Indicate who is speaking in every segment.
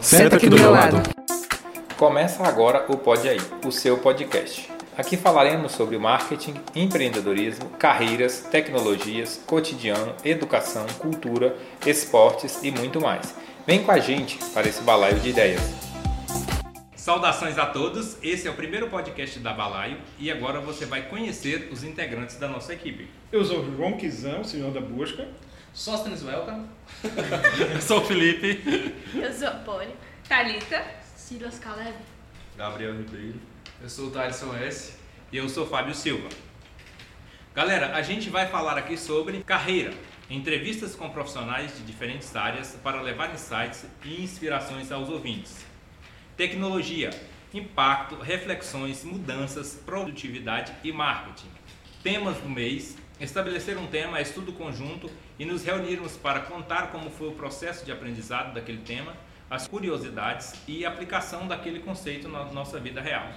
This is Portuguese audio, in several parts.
Speaker 1: Senta, aqui do meu lado.
Speaker 2: Começa agora o Pode Aí, o seu podcast. Aqui falaremos sobre marketing, empreendedorismo, carreiras, tecnologias, cotidiano, educação, cultura, esportes e muito mais. Vem com a gente para esse balaio de ideias. Saudações a todos, esse é o primeiro podcast da Balaio e agora você vai conhecer os integrantes da nossa equipe.
Speaker 3: Eu sou o João Quizão, senhor da busca.
Speaker 4: Sóstenes Welcome.
Speaker 5: Eu sou o Felipe.
Speaker 6: Eu sou a Polly.
Speaker 7: Thalita.
Speaker 6: Silas Caleb.
Speaker 8: Gabriel Ribeiro.
Speaker 9: Eu sou o Thaleson S.
Speaker 2: E eu sou o Fábio Silva. Galera, a gente vai falar aqui sobre carreira, entrevistas com profissionais de diferentes áreas para levar insights e inspirações aos ouvintes. Tecnologia, impacto, reflexões, mudanças, produtividade e marketing. Temas do mês, estabelecer um tema, estudo conjunto e nos reunirmos para contar como foi o processo de aprendizado daquele tema, as curiosidades e aplicação daquele conceito na nossa vida real.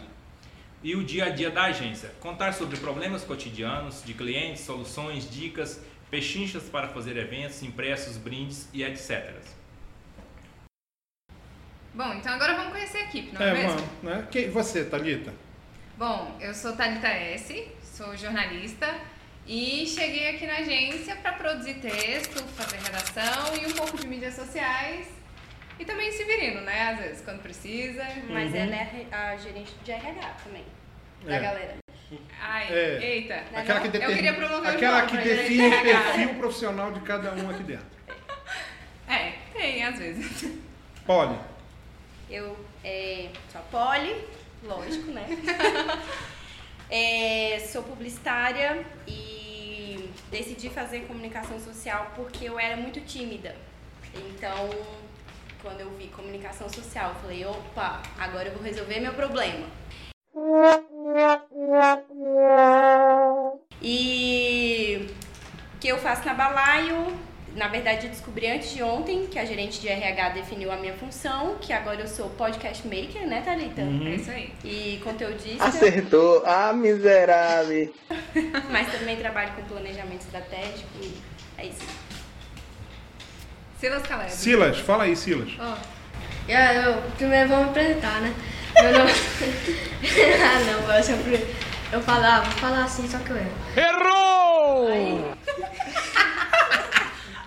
Speaker 2: E o dia a dia da agência, contar sobre problemas cotidianos de clientes, soluções, dicas, pechinchas para fazer eventos, impressos, brindes e etc.
Speaker 7: Bom, então agora vamos conhecer a equipe, não é,
Speaker 3: É,
Speaker 7: mesmo?
Speaker 3: mano, né? Quem, você, Thalita?
Speaker 7: Bom, eu sou Thalita S, sou jornalista e cheguei aqui na agência para produzir texto, fazer redação e um pouco de mídias sociais e também se virino, né? Às vezes, quando precisa.
Speaker 6: Mas ela é a gerente de RH também, da
Speaker 3: É.
Speaker 6: galera.
Speaker 7: Ai,
Speaker 3: É.
Speaker 7: eita.
Speaker 3: Aquela que
Speaker 7: né? Eu
Speaker 3: determina-
Speaker 7: queria promover o
Speaker 3: aquela
Speaker 7: João
Speaker 3: que
Speaker 7: pra gente.
Speaker 3: define o perfil profissional de cada um aqui dentro.
Speaker 7: É, tem, às vezes.
Speaker 3: Poli,
Speaker 6: Eu é, sou a Poli, lógico, né? É, sou publicitária e decidi fazer comunicação social porque eu era muito tímida. Então, quando eu vi comunicação social, eu falei, opa, agora eu vou resolver meu problema. E que eu faço na Balaio. Na verdade, eu descobri antes de ontem que a gerente de RH definiu a minha função, que agora eu sou podcast maker, né, Thalita?
Speaker 3: Hum.
Speaker 7: É isso aí.
Speaker 6: E conteudista,
Speaker 10: Acertou. Ah, miserável.
Speaker 6: mas também trabalho com planejamento estratégico e é isso.
Speaker 7: Silas Caleb. Oh,
Speaker 3: Silas, fala aí, Silas.
Speaker 11: E aí, eu, primeiro vamos me apresentar, né? Meu nome. ah, não, eu sempre. Eu falava, vou falar assim, só que eu erro.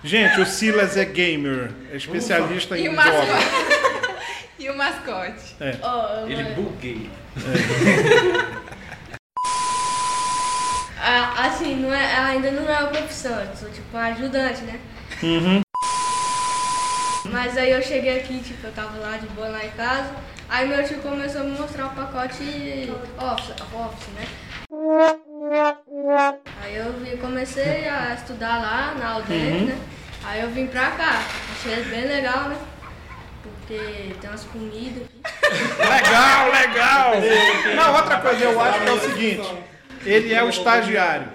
Speaker 3: Gente, o Silas é gamer, é especialista
Speaker 7: E
Speaker 3: em
Speaker 7: o
Speaker 3: jogos.
Speaker 7: mascote. e o mascote.
Speaker 11: Ó,
Speaker 9: Ele
Speaker 11: mano,
Speaker 9: buguei.
Speaker 11: a- assim, não é, ela ainda não é uma profissão, eu sou tipo uma ajudante, né? Mas aí eu cheguei aqui, tipo, eu tava lá de boa lá em casa. Aí meu tio começou a me mostrar o pacote Office, office né? Aí eu vi- comecei a estudar lá na aldeia, né? Aí eu vim pra cá. Achei bem legal, né? Porque tem umas comidas.
Speaker 3: Legal, legal! Não, outra coisa eu acho que é o seguinte: ele é o estagiário.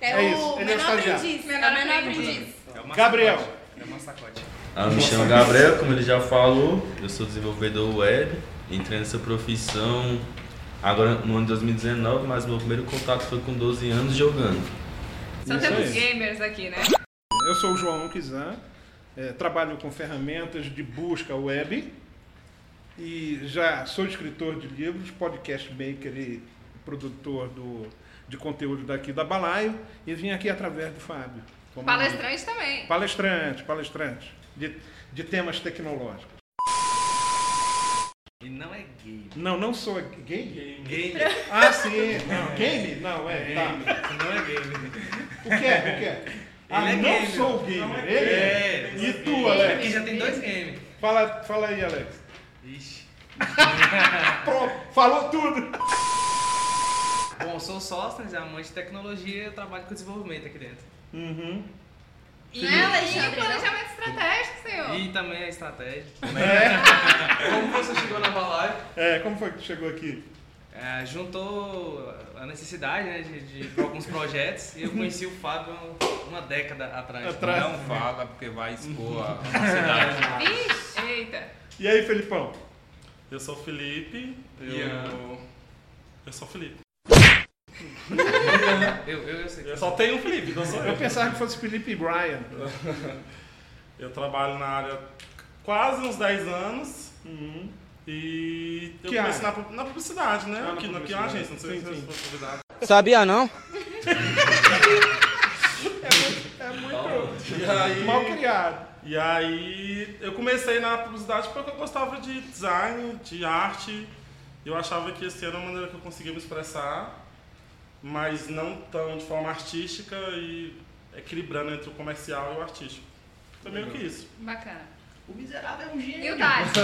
Speaker 3: É isso, ele é o estagiário.
Speaker 6: aprendiz.
Speaker 7: Menor
Speaker 6: é o menor
Speaker 7: aprendiz.
Speaker 6: aprendiz.
Speaker 9: É uma
Speaker 3: Gabriel,
Speaker 9: É uma sacode.
Speaker 8: Ah, me chamo Gabriel, como ele já falou, eu sou desenvolvedor web, entrei nessa profissão agora no ano de 2019, mas meu primeiro contato foi com 12 anos jogando.
Speaker 7: Só
Speaker 3: Isso
Speaker 7: temos
Speaker 3: aí. Hum.
Speaker 7: gamers aqui, né?
Speaker 3: eu sou o João Kizan, eh, trabalho com ferramentas de busca web e já sou escritor de livros, podcast maker e produtor do, de conteúdo daqui da Balaio e vim aqui através do Fábio. como
Speaker 7: Palestrante também.
Speaker 3: Palestrante, palestrante, de, de temas tecnológicos.
Speaker 9: E não é gay.
Speaker 3: Não, não sou gay?
Speaker 9: Gay
Speaker 3: Ah, sim. Não, game? Não, é. Tá.
Speaker 9: não é gay.
Speaker 3: O que é? O que é? Ah,
Speaker 9: é
Speaker 3: não
Speaker 9: gamer.
Speaker 3: sou gamer.
Speaker 9: é
Speaker 3: Ele é.
Speaker 9: gamer.
Speaker 3: E tu, Alex?
Speaker 9: Aqui já tem dois games.
Speaker 3: Fala, fala aí, Alex.
Speaker 9: Ixi.
Speaker 3: Pronto, falou tudo.
Speaker 9: Bom, eu sou o Sóstenes, amante de tecnologia e eu trabalho com desenvolvimento aqui dentro.
Speaker 3: Uhum.
Speaker 7: E,
Speaker 6: Não é,
Speaker 7: e
Speaker 6: Alexandre, não?
Speaker 7: planejamento estratégico, senhor.
Speaker 9: E também a estratégia.
Speaker 3: É.
Speaker 4: Como você chegou na Balaio?
Speaker 3: É, como foi que tu chegou aqui?
Speaker 9: É, juntou a necessidade né, de, de pra alguns projetos e eu conheci o Fábio uma década atrás.
Speaker 3: Atrás.
Speaker 2: Não fala porque vai expor a cidade.
Speaker 7: Ixi, eita.
Speaker 3: E aí, Felipão?
Speaker 5: Eu sou o Felipe. Eu,
Speaker 9: Ian.
Speaker 5: eu sou o Felipe.
Speaker 9: Eu, eu, eu sei.
Speaker 5: Eu só tenho um Felipe, não sou eu.
Speaker 3: Eu pensava que fosse Felipe e Brian.
Speaker 5: Eu trabalho na área quase uns 10 anos. E Então, eu
Speaker 3: Uhum. Que
Speaker 5: comecei na,
Speaker 3: área?
Speaker 5: pu- na publicidade, né?
Speaker 3: Ah, na
Speaker 5: aqui, na aqui na
Speaker 3: publicidade.
Speaker 5: agência, não sei
Speaker 3: Sim,
Speaker 5: se
Speaker 3: sim.
Speaker 5: você foi convidado.
Speaker 10: Sabia não?
Speaker 3: É muito
Speaker 5: E aí,
Speaker 3: mal criado.
Speaker 5: E aí eu comecei na publicidade porque eu gostava de design, de arte. Eu achava que esse era uma maneira que eu conseguia me expressar, mas não tão de forma artística e equilibrando entre o comercial e o artístico. Foi meio que isso.
Speaker 7: Bacana.
Speaker 9: O miserável é um gênio.
Speaker 7: E o Tati?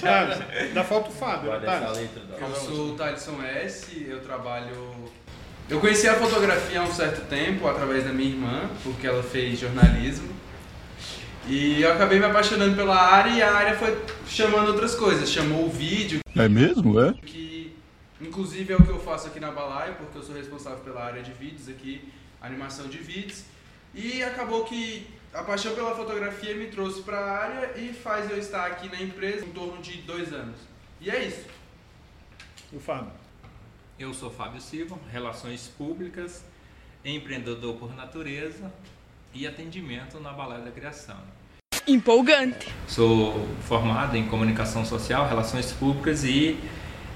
Speaker 3: Sabe? Ah, Dá falta o Fábio,
Speaker 8: Guarda
Speaker 3: tá?
Speaker 8: essa letra da
Speaker 4: Eu sou o Thaleson S, eu trabalho. Eu conheci a fotografia há um certo tempo através da minha irmã, porque ela fez jornalismo. E eu acabei me apaixonando pela área e a área foi chamando outras coisas. Chamou o vídeo,
Speaker 1: É mesmo, é?
Speaker 4: que inclusive é o que eu faço aqui na Balaio, porque eu sou responsável pela área de vídeos aqui, animação de vídeos. E acabou que a paixão pela fotografia me trouxe para a área e faz eu estar aqui na empresa em torno de dois anos. E é isso.
Speaker 3: O Fábio.
Speaker 2: Eu sou Fábio Silva, Relações Públicas, empreendedor por natureza e atendimento na Balé da Criação.
Speaker 11: Empolgante.
Speaker 2: Sou formado em comunicação social, relações públicas e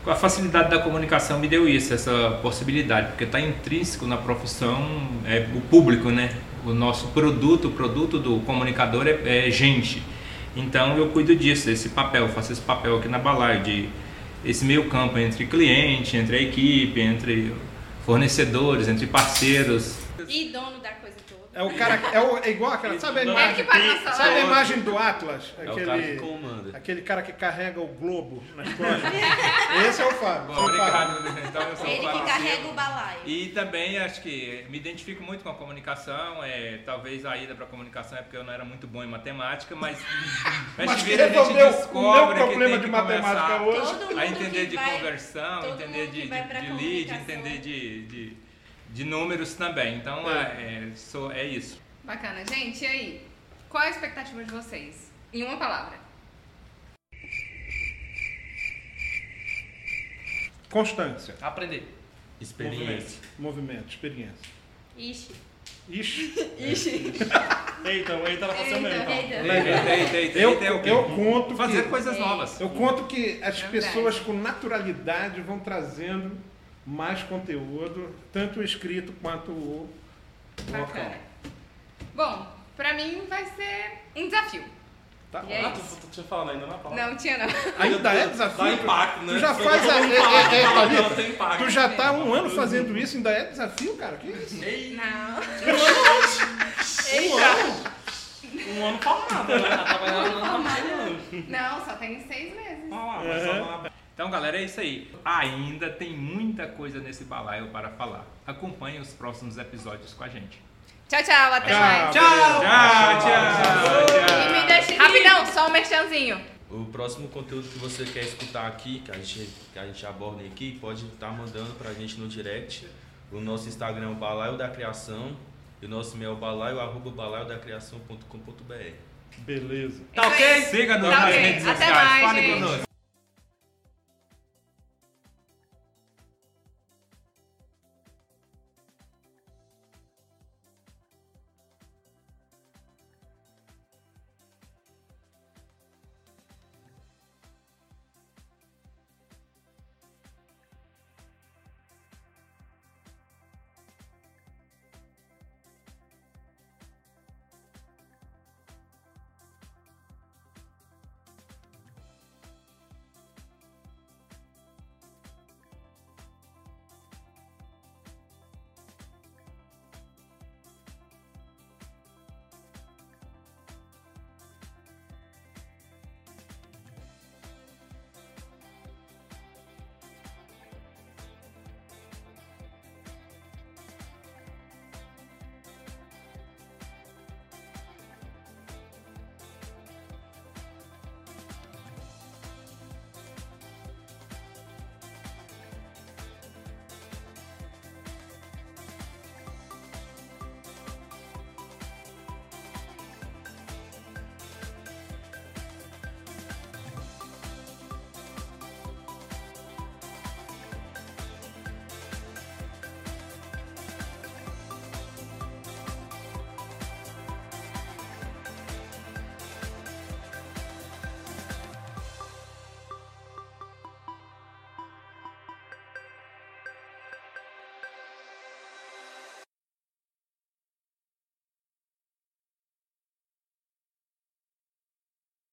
Speaker 2: com a facilidade da comunicação me deu isso, essa possibilidade, porque está intrínseco na profissão é, o público, né? O nosso produto, o produto do comunicador é, é gente. Então eu cuido disso, esse papel, eu faço esse papel aqui na Balaio, de esse meio campo entre cliente, entre a equipe, entre fornecedores, entre parceiros.
Speaker 6: E dono da coisa toda.
Speaker 3: É o cara. É, o- é igual aquela. Sabe a
Speaker 7: É
Speaker 3: imagem,
Speaker 7: que faz nossa
Speaker 3: sabe a
Speaker 7: live.
Speaker 3: imagem do Atlas?
Speaker 8: É o cara que
Speaker 3: Aquele,
Speaker 8: comanda.
Speaker 3: aquele cara que carrega o globo nas costas. Esse é o Fábio. Sou o Fábio.
Speaker 2: Obrigado, né? Então, eu sou o
Speaker 6: Ele que
Speaker 2: Fábio
Speaker 6: carrega
Speaker 2: Silva.
Speaker 6: o balaio.
Speaker 2: E também acho que me identifico muito com a comunicação. É, talvez a ida para comunicação é porque eu não era muito bom em matemática, mas
Speaker 3: Mas
Speaker 2: acho que
Speaker 3: que
Speaker 2: vira a gente
Speaker 3: resolveu o meu
Speaker 2: descobre que
Speaker 3: problema
Speaker 2: tem
Speaker 3: de
Speaker 2: que
Speaker 3: matemática
Speaker 2: começar
Speaker 3: hoje.
Speaker 6: Todo mundo
Speaker 2: a entender
Speaker 6: que
Speaker 2: de
Speaker 6: vai-
Speaker 2: conversão,
Speaker 6: todo
Speaker 2: entender
Speaker 6: mundo que
Speaker 2: de,
Speaker 6: vai
Speaker 2: de-
Speaker 6: pra
Speaker 2: de lead,
Speaker 6: comunicação.
Speaker 2: entender de, de, de números também. Então é, é, sou, é isso.
Speaker 7: Bacana. Gente, e aí? Qual é a expectativa de vocês? Em uma palavra.
Speaker 3: Constância,
Speaker 9: Aprender.
Speaker 8: Experiência.
Speaker 3: movimento, experiência.
Speaker 6: Ixi.
Speaker 3: Ixi,
Speaker 6: Ixi.
Speaker 5: Eita, o Eita era pra ser o meu, então.
Speaker 6: Eita.
Speaker 2: Tem, tem, tem, tem,
Speaker 3: eu,
Speaker 2: tem o quê?
Speaker 3: eu conto
Speaker 2: Fazer
Speaker 3: que,
Speaker 2: coisas novas.
Speaker 3: eu conto que as
Speaker 7: Verdade.
Speaker 3: pessoas com naturalidade vão trazendo mais conteúdo, tanto o escrito quanto o
Speaker 7: Bacana. Bom, pra mim vai ser um desafio.
Speaker 3: Tá.
Speaker 7: E é
Speaker 5: Ah,
Speaker 7: isso.
Speaker 5: tu, tu tinha falado ainda na palavra.
Speaker 7: Não tinha não.
Speaker 3: Ainda é desafio.
Speaker 5: Dá impacto, né?
Speaker 3: Tu já
Speaker 5: Foi
Speaker 3: faz a.
Speaker 5: como
Speaker 3: é-
Speaker 5: falar,
Speaker 3: é- é,
Speaker 5: ela
Speaker 3: Thalita,
Speaker 5: tem impacto.
Speaker 3: tu já tá um ano fazendo isso, ainda é desafio, cara? Que isso?
Speaker 7: Não.
Speaker 5: Um ano formado, né? Ela trabalhava um ano formado.
Speaker 7: Não, só tem seis meses.
Speaker 5: Ah, mas só uma-
Speaker 2: Então, galera, é isso aí. Ainda tem muita coisa nesse balaio para falar. Acompanhe os próximos episódios com a gente.
Speaker 7: Tchau, tchau. Até
Speaker 3: Tchau.
Speaker 7: mais.
Speaker 2: tchau, tchau. tchau.
Speaker 7: E me deixe Ah. Rapidão, só um merchanzinho.
Speaker 8: O próximo conteúdo que você quer escutar aqui, que a gente, que a gente aborda aqui, pode estar mandando pra gente no direct. O nosso Instagram é o Balaio da Criação. E o nosso e-mail é o balaio, arroba balaiodacriação.com.br.
Speaker 3: Beleza.
Speaker 2: Tá ok? Siga-nos
Speaker 7: Tá
Speaker 2: nas
Speaker 7: ok.
Speaker 2: redes
Speaker 7: Até
Speaker 2: sociais.
Speaker 7: mais,
Speaker 2: Fale
Speaker 7: gente.
Speaker 2: conosco.